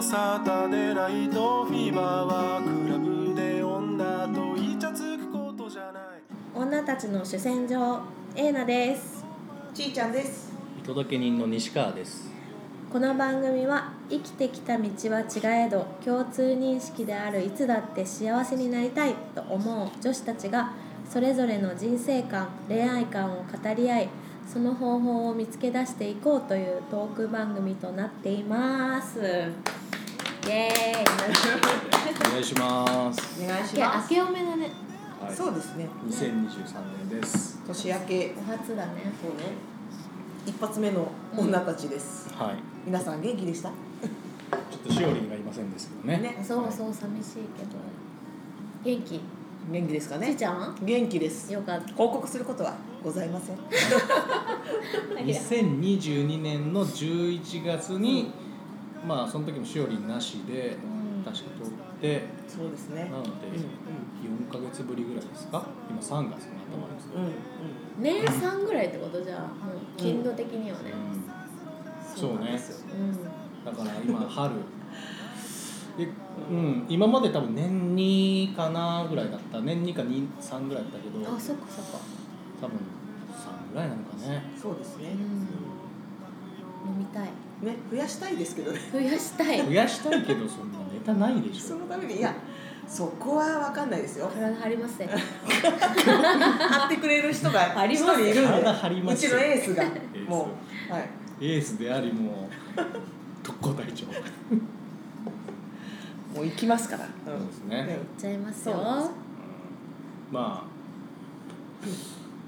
サタデーライトフィーバーはクラブで女とイチャつくことじゃない女たちの主戦場エーナですちいちゃんです。見届け人の西川ですこの番組は生きてきた道は違えど共通認識であるいつだって幸せになりたいと思う女子たちがそれぞれの人生観恋愛観を語り合いその方法を見つけ出していこうというトーク番組となっていますイエーお願いしますお願いイしいやま す明。けおめだねはいそうですね。 2023年です年明け。お初だねそうね。一発目の女たちです。はい皆さん元気でした？ちょっとしおりんがいませんですけどねねそうそう寂しいけど元気元気ですかちーねち。ゃんは元気です。よかった報告することはございません。 2022年の11月にまあその時もしおりんなしでうん確か撮ってそうですね。なので4ヶ月ぶりぐらいですか今3月の頭ですうんうんう年ん。3ぐらいってことじゃあもう頻度的にはね、そうなんでねすようだから今春 で、うん、今まで多分年2かなぐらいだった年2か3ぐらいだったけどん、あそっかそっか、多分3ぐらいなのかねそうですねう。ん、飲みたいね増やしたいですけどね。増やしたい 増やしたいけどそんなネタないでしそょのためにいやそこはわかんないですよ。体張りますね張ってくれる人 があ一り人まいするんで。体張りまうすちよのエースがースもうはい。エースでありもう特攻隊長そうもう行きますから。ですね、いっちゃいますそようなんですうんまあ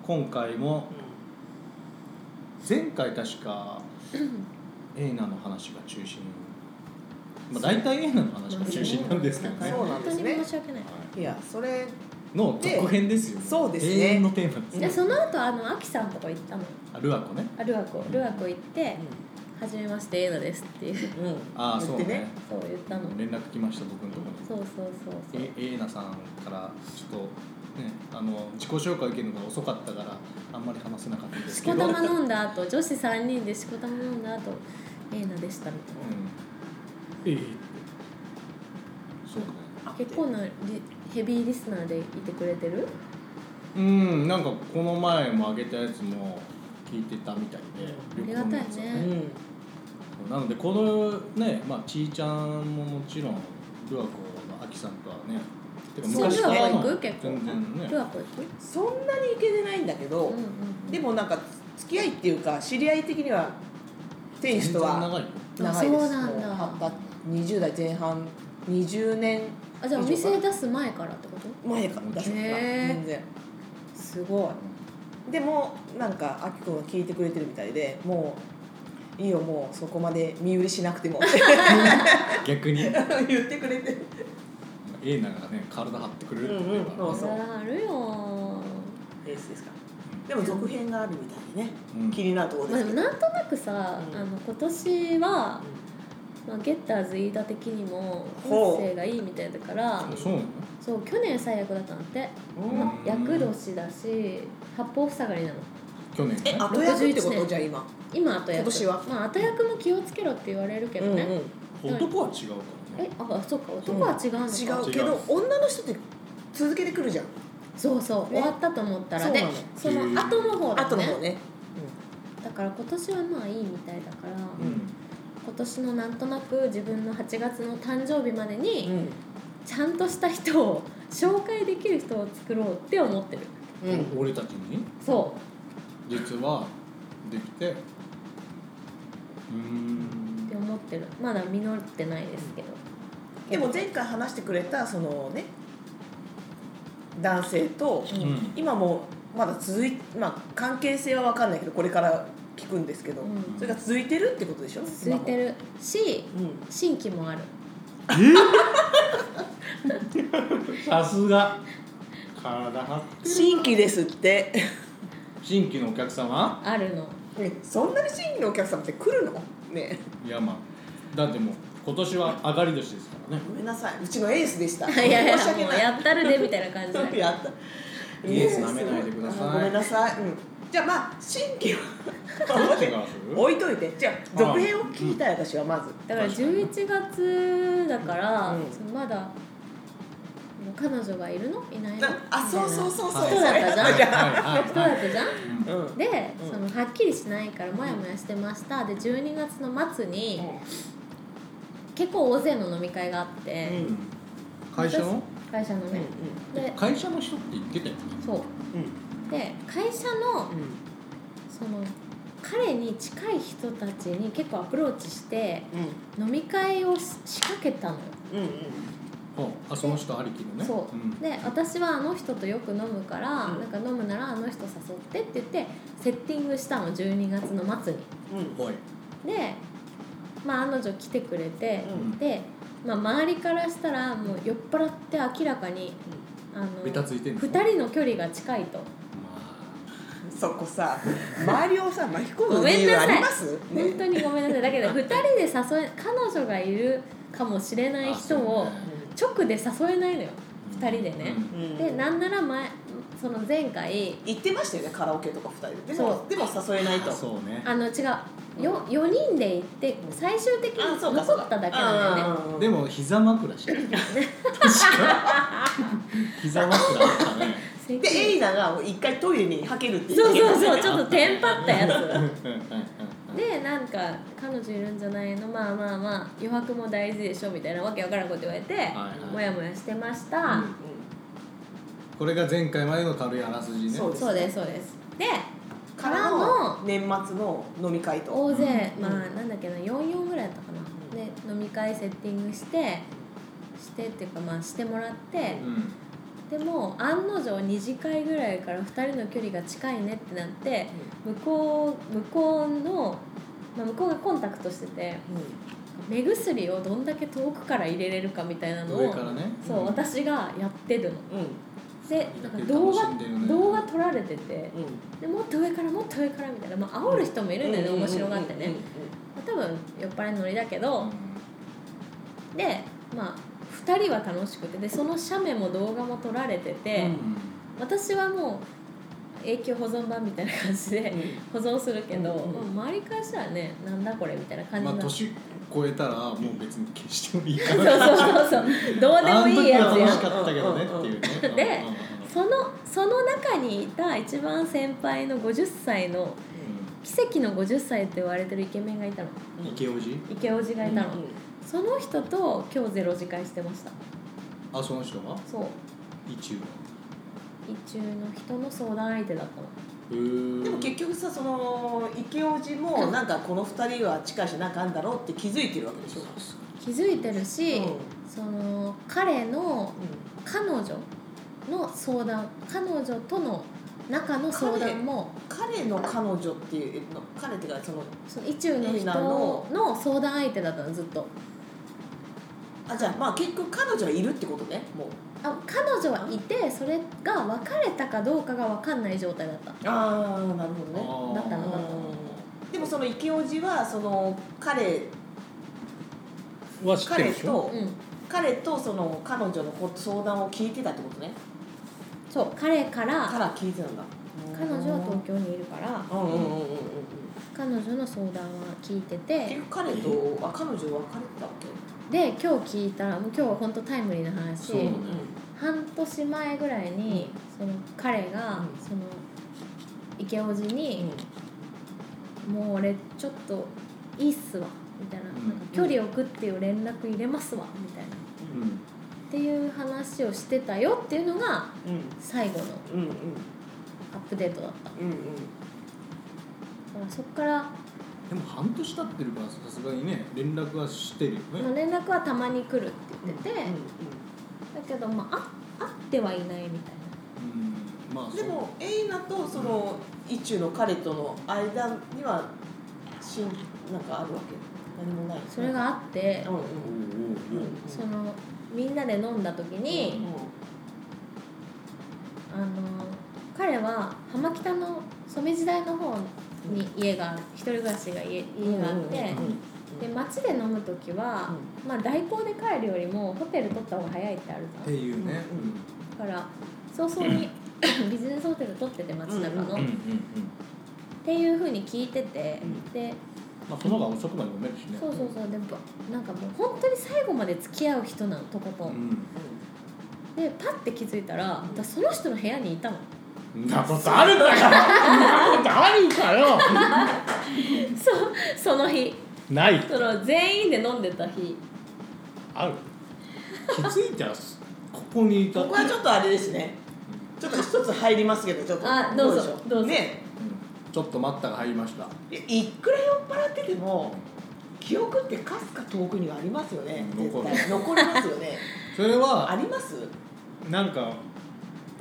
今回も前回確かエイナの話が中心まあ大体エイナの話が中心なんですけどかねそうなんです本ね当に申し訳ないうん。いやそれの続編ですよ、でそうですね永遠のテーマですでその後あのアキさんとか行ったのあルアコねあルアコルアコ行って「はじめましてエナです」っていううん。ああそうね言ってねそう言ったの連絡来ました僕のとこそうそうそうそろにうえエイナさんからちょっとねあの自己紹介受けるのが遅かったからあんまり話せなかったんですしけこどたま飲んだ後女子3人でしこたま飲んだ後エーナでしたみたいなうんええそうね結構なリヘビーリスナーでいてくれてるうんなんかこの前もあげたやつも聞いてたみたいでありがたいねうん。なのでこのね、まあ、ちいちゃんももちろんルアコのあきさんとはねてかそう昔ルかアらコ行のく結構全然ねルアコ行くそんなにいけてないんだけど、うんうんでもなんか付き合いっていうか知り合い的には天使と全然は長いよ長いですあそうなんだもうた20代前半20年あじゃあお店出す前からってこと前からだったからへー全然すごいでもなんかあきくんは聞いてくれてるみたいでもういいよもうそこまで身売りしなくても 逆に言ってくれてエイナがね体張ってくれるって言えば、ねうんうんそうあるよエースですかでも続編があるみたいでね、うん気になるところまであですもけど、なんとなくさ、うんあの今年は、まあ、ゲッターズ飯田的にもほう運勢がいいみたいだからそうなのそう去年最悪だったんだってうんうん厄年だし八方塞がりなの去年ねえ後役ってこ61と年じゃあ今、今後役今年はまあ後役も気をつけろって言われるけどね、うんうん男は違うからえねあそっか男は違うのか、違うけ違どう女の人って続けてくるじゃんそうそう、ね終わったと思ったらそうでなのその後の方だ後のね方ねだから今年はまあいいみたいだから、うん今年のなんとなく自分の8月の誕生日までうにんちゃんとした人を紹介できる人を作ろうって思ってるうんお俺たちにそ実はできてうーうってん思ってるまだ実ってないですけどでも前回話してくれたそのね男性とうんうん今もまだ続いまあ関係性は分かんないけどこれから聞くんですけど、うんそれが続いてるってことでしょ続いてるし今もうん新規もあるさすが体張っ新規ですって新規のお客様あるのねそんなに新規のお客様って来るのねいやまあだってもう今年は上がり年ですからねごめんなさいうちのエースでしたいやいや申し訳もうないやったるでみたいな感じだやったいいです舐めないでくださいごめんなさい、うん、じゃあまあ新規はどっちがする置いといてじゃあ続編を聞きたい私はまずだから11月だから、うんそのまだ彼女がいるのいないのあそうそうそうそうそうだったじゃんそれはそういはいだはっいたじゃんうんうんで、うんそのはっきりしないからモヤモヤしてましたで12月の末に結構大勢の飲み会があって、うんうん会社の会社のね、で会社の人って言ってたよねそううんうんで会社のうんその彼に近い人たちに結構アプローチしてうん飲み会をし仕掛けたのようんうんああその人ありきのねそう、んで私はあの人とよく飲むから、うんなんか飲むならあの人誘ってって言ってセッティングしたの12月の末にうんおいでまあ案の定来てくれて、うんで、まあ、周りからしたらもう酔っ払って明らかにあのベタついてんの2人の距離が近いとまそこさ周りをさ巻き込ごむめ理ん由なあさいります本当にごめんなさいだ けど2人で誘え彼女がいるかもしれあない人を直で誘えないのよ二人でねうんうんでなんなら前その前回行ってましたよねカラオケとか二人ででそもうでも誘えないとあそうねあの違うよ4人で行って最終的あにそうかそ残うかっただけなんだよねうんうんうんでも膝枕して た確か膝枕だったねせっでエイナが一回トイレにはけるってそううそうそうちょっとテンパったやうんうんつうんうんでなんか彼女いるんじゃないのまあまあまあ余白も大事でしょみたいなわけわからんこと言われて、はいもやもやしてました、うんこれが前回までの軽いあらすじねそうですそうですそうですでからからのの年末の飲み会と大勢、うんまあなんだっけな44ぐらいだったかな、で飲み会セッティングしてしてっていうかまあしてもらってう、んでも案の定2次会ぐらいから2人の距離が近いねってなって向こう向こうの、まあ、向こうがコンタクトしてて目薬をどんだけ遠くから入れれるかみたいなの上をからねそう、ん私がやってるのうんうんでいいなんだけかで動楽し画んでるね動画撮られててうんでもっと上からもっと上からみたいな、まあ煽る人もいるんだよね、面白がってね、まあ多分酔っ払いのノリだけうどん、でまあ2人は楽しくてでその写メも動画も撮られてて、うん私はもう永久保存版みたいな感じでうん保存するけど、うんうんまあ周りからしたらねなんだこれみたいなう感んじまあな、年超えたらもう別に消してもいいかそうなそうそう そうどうでもいいやあのつ時はや楽しかったけどねっていうねんでそのその中にいた一番先輩の50歳の奇跡の50歳って言われてるイケメンがいたのうん池王子イケオジがいたの、うんその人と今日ゼロ次会してましたあその人はそう一応一中の人の相談相手だったのへーでも結局さその池王子もなんかこの二人は近いし仲あんだろうって気づいてるわけでしょ気づいてるし、うその彼のん彼女の相談彼女との中の相談も彼の彼女っていうの彼っていうかそのその意中のいい人なのの相談相手だったのずっとあじゃあまあ結局彼女はいるってことねもうあ彼女はいてそれが別れたかどうかが分かんない状態だったああなるほどねあーだったのだったでもその池王子はその彼は知ってる彼でしょとうん彼とその彼女のこと相談を聞いてたってことねそう彼かからら聞いてたんだ彼女は東京にいるからうんうんうんうんうんうん彼女の相談は聞いてて結局彼とあ彼女別れてたわけで今日聞いたらもう今日は本当タイムリーな話そううん半年前ぐらいにその彼がうんその池叔父に「もう俺ちょっといいっすわ」みたいな「うんなんか距離置くっていう連絡入れますわ」みたいなっうんていう話をしてたよっていうのが最後のうんうんアップデートだっただうんうんからそっから、でも半年経ってるからさすがにね連絡はしてるよまあ、ね連絡はたまに来るって言ってて、うんだけどまああ会ってはいないみたいなうんまあうんでもエイナとその一中の彼との間にはしんなんかあるわけ何もないそれがあってうんうんそうおうおうそおうのみんなで飲んだ時に、あの彼は浜北の染め時代の方に家が一人暮らしが家家があって、で街で飲む時は、まあ、代行で帰るよりもホテル取った方が早いってあるじゃってんいうねうんだから早々に ビジネスホテル取ってて街中の、うんうんっうんていうふうに聞いてて、うんでまあその方が遅くまで飲めるしねそうそうそうでもなんかもう本当に最後まで付き合う人なのとこと、うんんでパッて気づいたら私その人の部屋にいたの んなことあるかよんなことあるかよそうその日ないその全員で飲んでた日ある気づいたらここにいたここはちょっとあれですねちょっと一つ入りますけどちょっとあどうぞでしょどうぞねうんちょっと待ったが入りましたいやいくら酔っ払ってても記憶ってかすか遠くにはありますよねうん絶対残りますよ ねそれあはりますなんか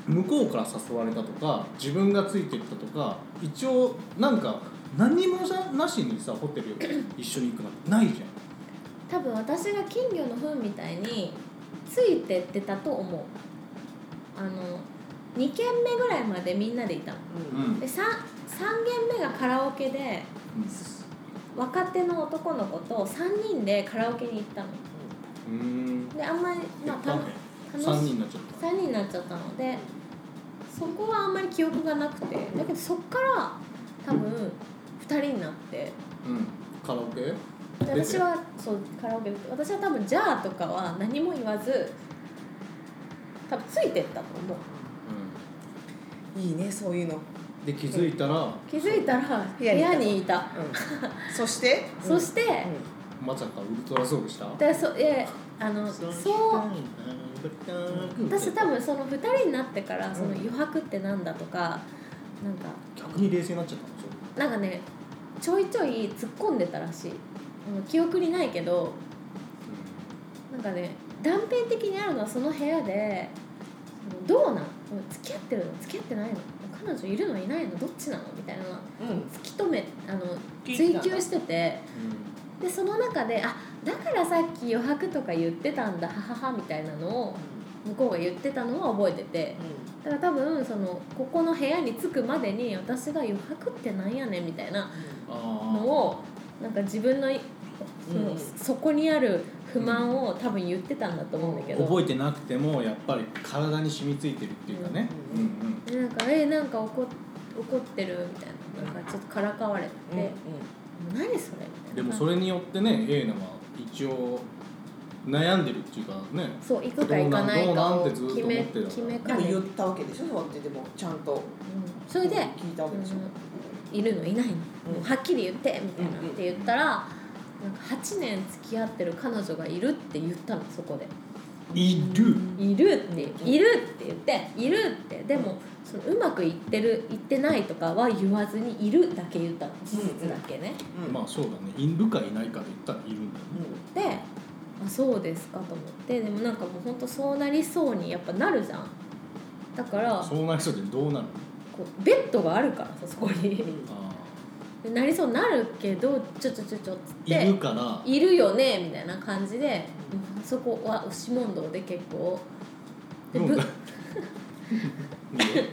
向こうから誘われたとか自分がついてったとか一応なんか何にもさなしにさホテル 一緒に行くなんてないじ多分私が金魚の糞みたいについてってたと思うあの2軒目ぐらいまでみんなでいたのゃん、うんで 3, 三軒目がカラオケで若手の男の子と3人でカラオケに行ったのうんであんまり、まあ、た楽し3人になっちゃっ3人になっちゃったのでそこはあんまり記憶がなくてだけどそっから多分2人になってた、うん、カラオケうんで私はそうカラオケで私は多分「じゃあ」とかは何も言わず多分ついてったと思ういいねそういうの、 で気づいたら気づいたら部屋にいたうん、そしてそして、まさかウルトラソウルしたでそいやあのそう私多分その2人になってからそのうん余白ってなんだとかなんか逆に冷静になっちゃったのそなうんかねちょいちょい突っ込んでたらしいうん記憶にないけどなんかね断片的にあるのはその部屋でそのどうなん付き合ってるの付き合ってないの彼女いるのいないのどっちなのみたいなうん、うん突き止めあの聞いて追たんだ求しててでその中であだからさっき余白とか言ってたんだはははみたいなのを向こうが言ってたのは覚えててだから多分そのここの部屋に着くまでに私が余白ってなんやねんみたいなのあをなんか自分のいその、うんそこにある不満を多分言ってたんだと思うんだけあど、覚えてなくてもやっぱり体に染みついてるっていうかねうんうでなんんか「えなんか怒っ怒ってる」みたいななんかちょっとからかわれて「うんうん何それ」みたいなでもそれによってねエイナは一応悩んでるっていうかねそう行くか行かないかを決めどうなんどうなんってずっと思ってた決めでかもね、う言っん、たわけでしょそうやってでもちゃんとそれで聞いたわけでしょ、いるのいないの、うんもうはっきり言ってみたいなっうんうんて言ったら、なんか8年付き合ってる彼女がいるって言ったのそこでいる「いる」って「うんいる」って言って「いる」ってでもそのうまくいってるいってないとかは言わずに「いる」だけ言ったの事実だけね、うんまあそうだねいるかいないかで言ったらいるんだよねであそうですかと思ってでもなんかもうほんとそうなりそうにやっぱなるじゃんだからそうなりそうでどうなるのこうベッドがあるからさそこにうんあでなりそうになるけどちょちょちょちょっつっーているからいるよねみたいな感じでうんそこは押し問答で結構でうんブ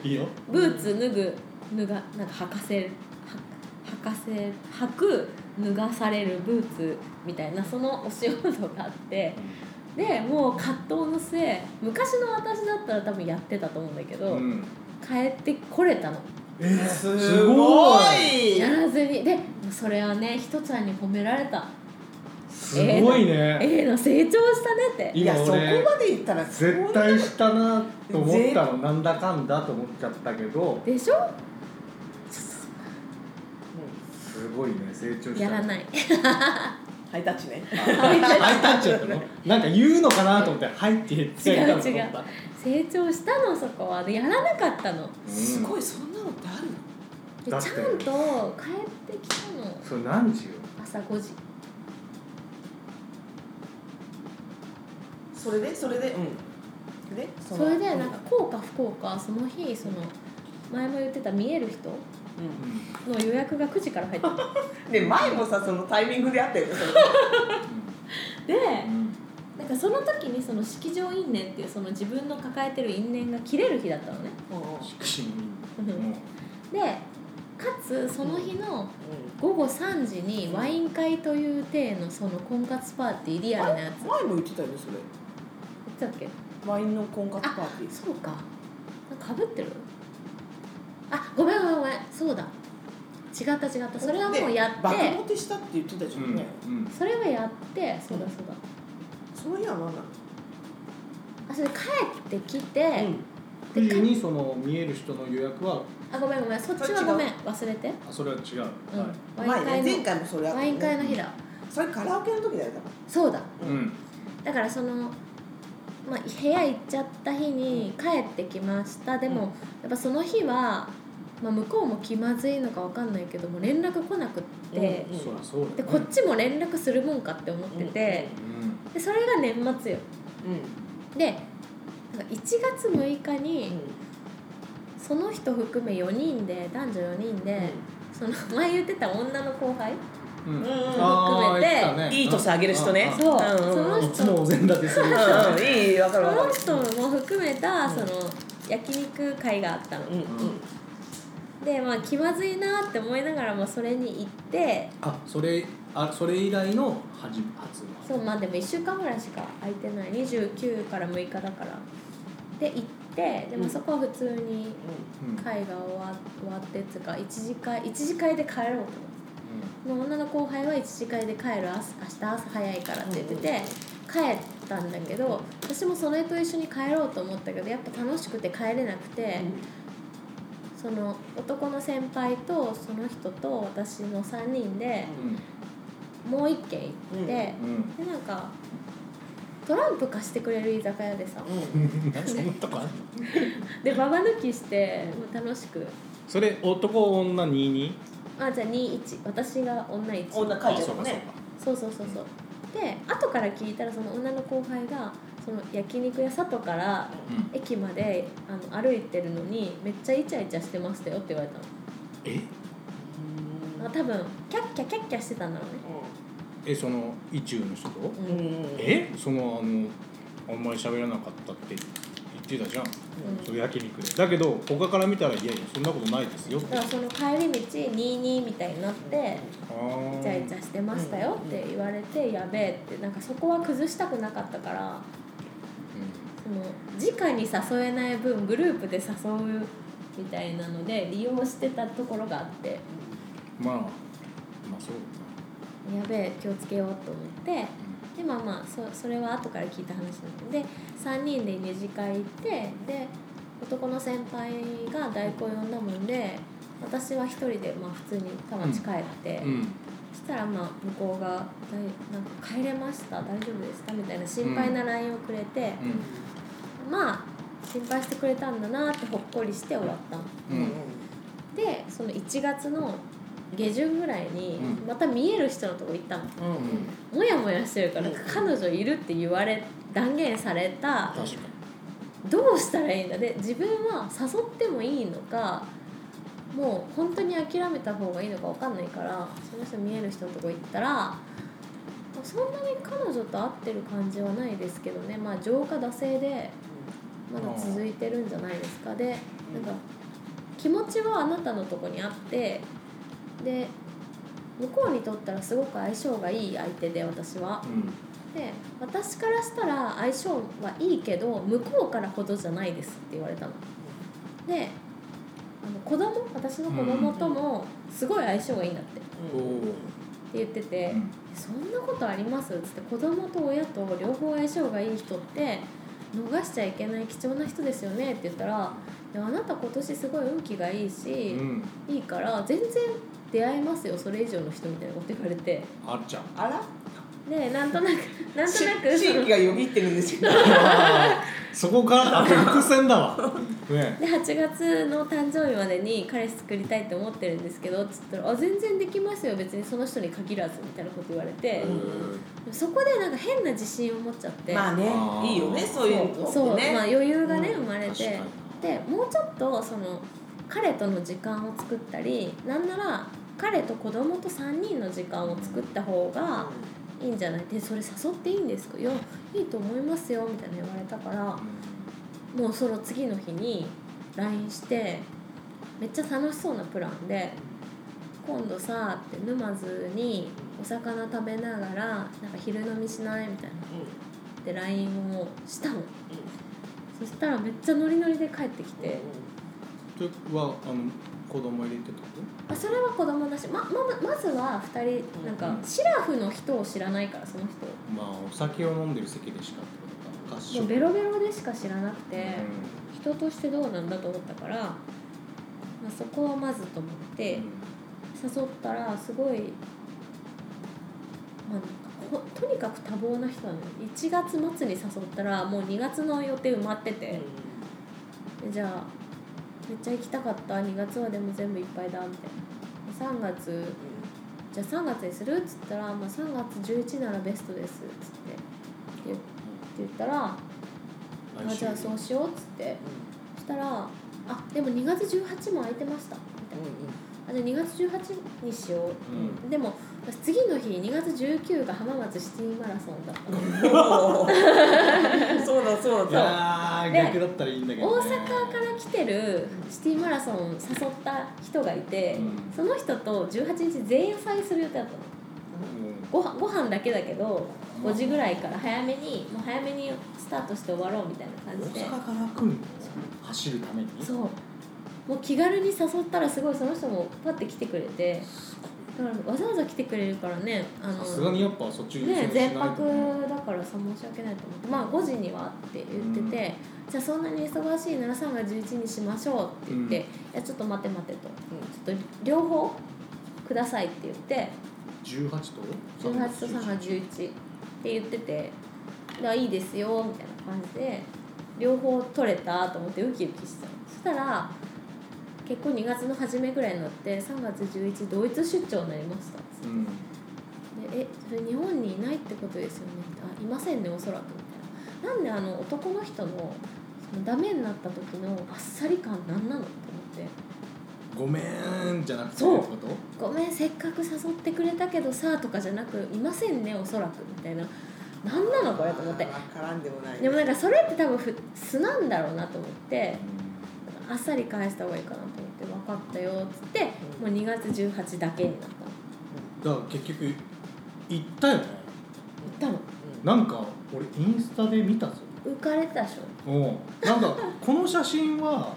いいよブーツ脱ぐ脱がなんか履かせるは履かせ履く脱がされるブーツみたいなその押し問答があって。でもう葛藤の末昔の私だったら多分やってたと思うんだけど、うん帰ってこれたのえーすごいやらずにでそれはねひとちゃんに褒められたすごいね A の成長したねっていや今そこ俺までいったら絶対したなと思ったのなんだかんだと思っちゃったけどでしょすごいね成長したやらないハイタッチねハイタッチだったのなんか言うのかなと思って「はい」って言ってやりたのかと思った違成長したのそこはでやらなかったのうんすごいそんなのってあるのでちだゃんってと帰ってきたのそれ何時よ朝5時それでそれでうんでそそのれでなんかこうか不幸かその日その前も言ってた見える人うの予約が9時から入っ てたんで前もさそのタイミングであったよねそれでうんなんかその時にその式場因縁っていうその自分の抱えてる因縁が切れる日だったのねうんうんうんしくしうみんでかつその日の午後3時にワイン会という体のその婚活パーティーリアルなやつ前も言ってたよねそれ言ってたっけワインの婚活パーティーそうかなんかぶってるあごめんごめんごめんそうだ違った違ったそれはもうやっバカてモテしたって言ってたじゃうんんね、うんそれはやってそうだそうだそういうのは何なのあそれで帰ってきて、フリーにその見える人の予約はあごめんごめんそっちはごめん忘れて、あそれは違う、うんはいうん、ワ前イン会ね前の回もそれあったワもイんンね会の日だ、それカラオケの時だよだかそうだら、うんだからその、まあ、部屋行っちゃった日に帰ってきましたでも、うんやっぱその日は、まあ、向こうも気まずいのかわかんないけども連絡来なくって、うでんそりゃそうだ、ね、こっちも連絡するもんかって思ってて、うんでそれが年末ようんでなんか1月6日にその人含め4人で男女4人で、その 前言ってた女の後輩うんんあー含めて言ってたねいい年あげる人ねうんうんそう、うんうんうんそのいつ人もお膳立てする人うんうんねいいわかそるわかるの人も含めた、うんその焼肉会があったの、うんうんでまあ気まずいなって思いながらもそれに行ってあそれあそれ以来の初初そうまあでも1週間ぐらいしか空いてない29から6日だからで行ってでもそこは普通にうんうん会が終わ終わってっつうか1次会一次会で帰ろうと思ってもう女の後輩は1次会で帰る明日明日朝早いからって言ってて、帰ったんだけど私もそれと一緒に帰ろうと思ったけどやっぱ楽しくて帰れなくて。その男の先輩とその人と私の3人でもう1軒行って、うんうんでなんかトランプ貸してくれる居酒屋でさうんそんなとこあるのでババ抜きしてもう楽しくそれ男女22あじゃあ21私が女1女あ会そ長うもかそうねかそうそうそうそうで後から聞いたらその女の後輩がその焼肉屋里からうん駅まであの歩いてるのにめっちゃイチャイチャしてましたよって言われたのえまあ多分キャッキャキャッキャしてたんだろうねえその意中の人うんうんえそのあのあんまり喋らなかったって言ってたじゃんうんその焼肉でだけど他から見たらいやいやそんなことないですよってだからその帰り道22みたいになってあイチャイーチャしてましたよって言われてやべえってなんかそこは崩したくなかったからその直に誘えない分グループで誘うみたいなので利用してたところがあってうんまあまあそうやべえ気をつけようと思ってでまあまあそそれは後から聞いた話なんで3人で二次会行ってで男の先輩が代行呼んだもんで私は一人でまあ普通に田町帰って。だうんそしたらまあ向こうが「だいなんか帰れました大丈夫でした」みたいな心配な LINE をくれて、まあ心配してくれたんだなってほっこりして終わったのうんうんでその1月の下旬ぐらいにうまた見える人のとこ行ったのうんうんもやもやしてるからうん彼女いるって言われ断言された確かどうしたらいいんだで自分は誘ってもいいのかもう本当に諦めた方がいいのか分かんないからその人見える人のとこ行ったらそんなに彼女と会ってる感じはないですけどねまあ浄化惰性でまだ続いてるんじゃないですかでなんか気持ちはあなたのとこにあってで向こうにとったらすごく相性がいい相手で私は。にで私からしたら相性はいいけど向こうからほどじゃないですって言われたのであの子供私の子供ともすごい相性がいいんだってっておお言ってて、そんなことありますっつって子供と親と両方相性がいい人って逃しちゃいけない貴重な人ですよねって言ったら「いやあなた今年すごい運気がいいし、うんいいから全然出会えますよそれ以上の人」みたいなこと言われてあっちゃんあ らでなんとなく なんとなく地域がよぎってるんですよそこからあ伏線だわねで8月の誕生日までに彼氏作りたいって思ってるんですけどっつったら「あ全然できますよ別にその人に限らず」みたいなこと言われて、そこでなんか変な自信を持っちゃって、まあねあーいいよねそういうのそう、ねまあ、余裕がねうん生まれて、確かでもうちょっとその彼との時間を作ったりなんなら彼と子供と3人の時間を作った方がいいんじゃないでそれ誘っていいんですかいやいいと思いますよみたいな言われたから。もうその次の日に LINE してめっちゃ楽しそうなプランで「今度さ」って沼津にお魚食べながらなんか昼飲みしないみたいなで LINE をしたのそしたらめっちゃノリノリで帰ってきてとはあの子供入れてってこまあそれは子供なしままずまずは2人なんかシラフの人を知らないからその人とまあお酒を飲んでる席でしかってことか合も唱うベロベロでしか知らなくて、う人としてどうなんだと思ったから、まあ、そこはまずと思ってん誘ったらすごい、まあ、なんかほとにかく多忙な人なのよ1月末に誘ったらもう2月の予定埋まってて、でじゃあめっちゃ行きたかった2月はでも全部いっぱいだみたいなで3月じゃあ3月にするっつったら、まあ、3月11ならベストですっつって言って言ったら、まうんあ、じゃあそうしようっつってそしたら「あでも2月18も空いてました」みたいな「あじゃあ2月18にしよう」うんでも私次の日2月19が浜松シティマラソンだったのそうだそういだやーで逆だったらいいんだけ大ど、ね、阪から来てるシティマラソン誘った人がいて、うんその人と18日前夜祭する予定だったのご飯ご飯だけだけど5時ぐらいから早めにもう早めにスタートして終わろうみたいなう感ん、じ大で阪から来るの走るためにそうもう気軽に誘ったらすごいその人もパッて来てくれてだからわざわざ来てくれるからねあのさすがにやっぱそっち優ね先しな全いと泊だからさ申し訳ないと思ってまあ5時にはって言ってて、じゃあそんなに忙しいなら3月11にしましょうって言って、うんいやちょっと待って待ってとちょっと両方くださいって言って18と18と3が11って言ってて「だいいですよ」みたいな感じで両方取れたと思ってウキウキしてたのそしたら結構2月の初めぐらいになって3月11ドイツ出張になりましたっつってうんでえそれ日本にいないってことですよねあいませんねおそらくみたいななんであの男の人のそのダメになった時のあっさり感なんなのって思ってごめんじゃなくてそうってこと「ごめんせっかく誘ってくれたけどさ」とかじゃなく「いませんねおそらく」みたいななんなのこれと思って分からんでもないでもなんかそれって多分ふ素なんだろうなと思ってあっさり返した方がいいかなと思って「分かったよ」っつってもう2月18だけになったのだから結局行ったよね行ったのなんか俺インスタで見たぞ浮かれたでしょおうなんかこの写真は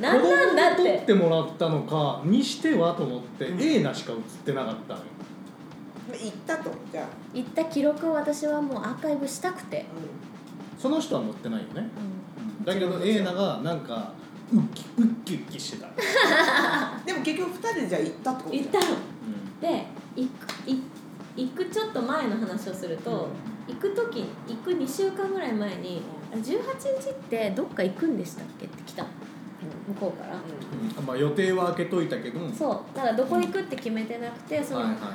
なんなんだっ子供に撮っててもらったのかにしてはと思ってうん A なしか写ってなかったのよ行ったとじゃあ行った記録を私はもうアーカイブしたくて、その人は持ってないよねうだけど A ながなんかウッキウッキウッキしてた、でも結局二人でじゃあ行ったってこん、とじゃん行ったので行くい行くちょっと前の話をすると、行く時行く2週間ぐらい前に「あれ18日ってどっか行くんでしたっけ?」って来たの向こうから、うんまあ予定は空けといたけどそうだからどこ行くって決めてなくてその、はいはいまあ、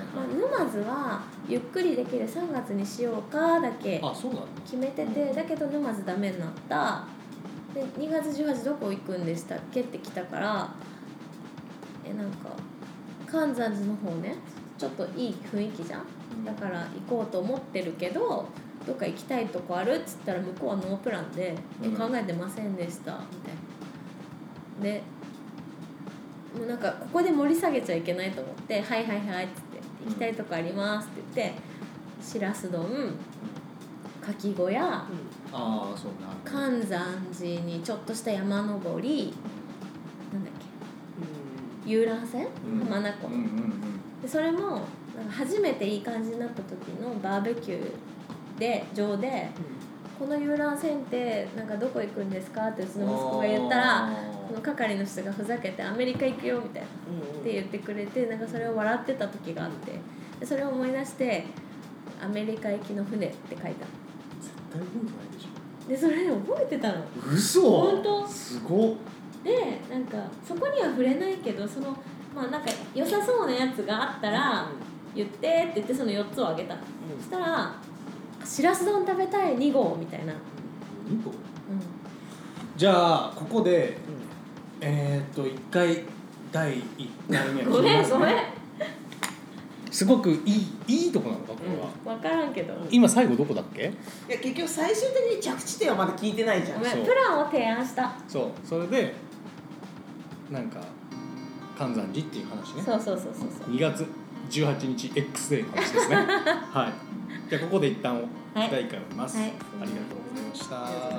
は沼津はゆっくりできる3月にしようかだけいあそうなんだ決めててだけど沼津ダメになったで2月18どこ行くんでしたっけって来たからえなんか関山寺の方ねちょっといい雰囲気じゃんだから行こうと思ってるけどどっか行きたいとこあるっつったら向こうはノープランで「えうん考えてませんでした」みたいな。でもうなんかここで盛り下げちゃいけないと思って「はいはいはい」っつって「行きたいとこあります」って言ってしらす丼かき小屋ああそうなん関だ山寺にちょっとした山登りなんだっけ遊覧船うん浜名湖、うんうんうんでそれもなんか初めていい感じになった時のバーベキューで上で「この遊覧船ってなんかどこ行くんですか?」ってうちの息子が言ったらその係の人がふざけて「アメリカ行くよ」みたいなって言ってくれてなんかそれを笑ってた時があってでそれを思い出して「アメリカ行きの船」って書いたの絶対覚えてないでしょでそれ覚えてたの嘘本当すごっでなんかそこには触れないけどそのまあなんか良さそうなやつがあったら言ってって言ってその4つをあげたのそしたら「しらす丼食べたい2号」みたいな、二個じゃあここでえーっと一回第一回目うはん、ごめん切りますねごめんすごくいいいいとこなのかこれは、分からんけど今最後どこだっけいや結局最終的に着地点はまだ聞いてないじゃごんめそうんプランを提案したそうそれでなんか関山寺っていう話ねそうそうそうそうそう2月18日 X デーの話ですねはいじゃあここで一旦はい第1回終わります、はいありがとうございましたありがとうございました